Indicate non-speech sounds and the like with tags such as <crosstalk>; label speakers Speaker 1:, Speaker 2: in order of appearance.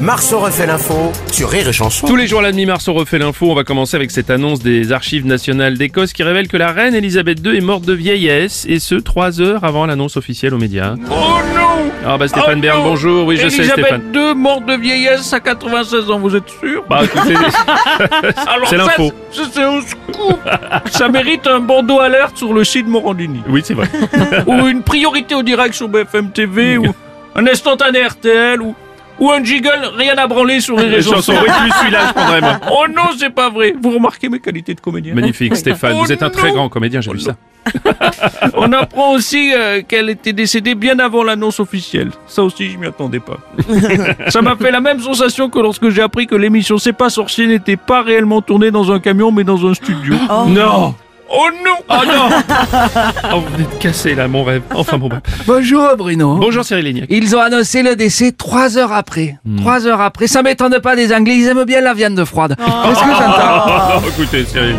Speaker 1: Marceau refait l'info sur Rire et Chanson.
Speaker 2: Tous les jours à la demi-mars, on refait l'info. On va commencer avec cette annonce des archives nationales d'Écosse qui révèle que la reine Elisabeth II est morte de vieillesse et ce, trois heures avant l'annonce officielle aux médias.
Speaker 3: Oh non
Speaker 2: Ah bah Stéphane
Speaker 3: Oh
Speaker 2: Bern,
Speaker 3: non
Speaker 2: bonjour. Oui, je sais
Speaker 3: Elisabeth
Speaker 2: Stéphane.
Speaker 3: II, morte de vieillesse à 96 ans, vous êtes sûr
Speaker 2: Bah écoutez,
Speaker 3: Alors
Speaker 2: c'est
Speaker 3: ça,
Speaker 2: l'info.
Speaker 3: c'est- C'est au scoop <laughs> Ça mérite un bandeau alerte sur le
Speaker 2: <laughs>
Speaker 3: site Morandini.
Speaker 2: oui
Speaker 3: <laughs>
Speaker 2: c'est vrai.
Speaker 3: ou une priorité au direct sur BFM TV, ou un instantané RTL, ou, ou un jiggle, rien à branler sur les
Speaker 2: <laughs> Les
Speaker 3: réseaux
Speaker 2: chansons,
Speaker 3: sociaux.
Speaker 2: oui plus celui-là, je prendrais moi.
Speaker 3: Oh non, c'est pas vrai Vous remarquez mes qualités de comédien
Speaker 2: Magnifique Stéphane,
Speaker 3: Oh
Speaker 2: vous êtes un très
Speaker 3: non
Speaker 2: grand comédien, j'ai vu ça.
Speaker 3: On apprend aussi euh, qu'elle était décédée bien avant l'annonce officielle. Ça aussi, je m'y attendais pas. Ça m'a fait la même sensation que lorsque j'ai appris que l'émission C'est pas sorcier n'était pas réellement tournée dans un camion, mais dans un studio.
Speaker 2: Non
Speaker 3: Oh non Oh non
Speaker 2: Oh vous êtes cassé là mon rêve. Enfin bon bah.
Speaker 4: Bonjour Bruno.
Speaker 2: Bonjour Cyril Lignac.
Speaker 4: Ils ont annoncé le décès trois heures après. Trois heures après, ça m'étonne pas des Anglais, ils aiment bien la viande froide. Qu'est-ce que j'entends
Speaker 2: Oh, écoutez Cyril.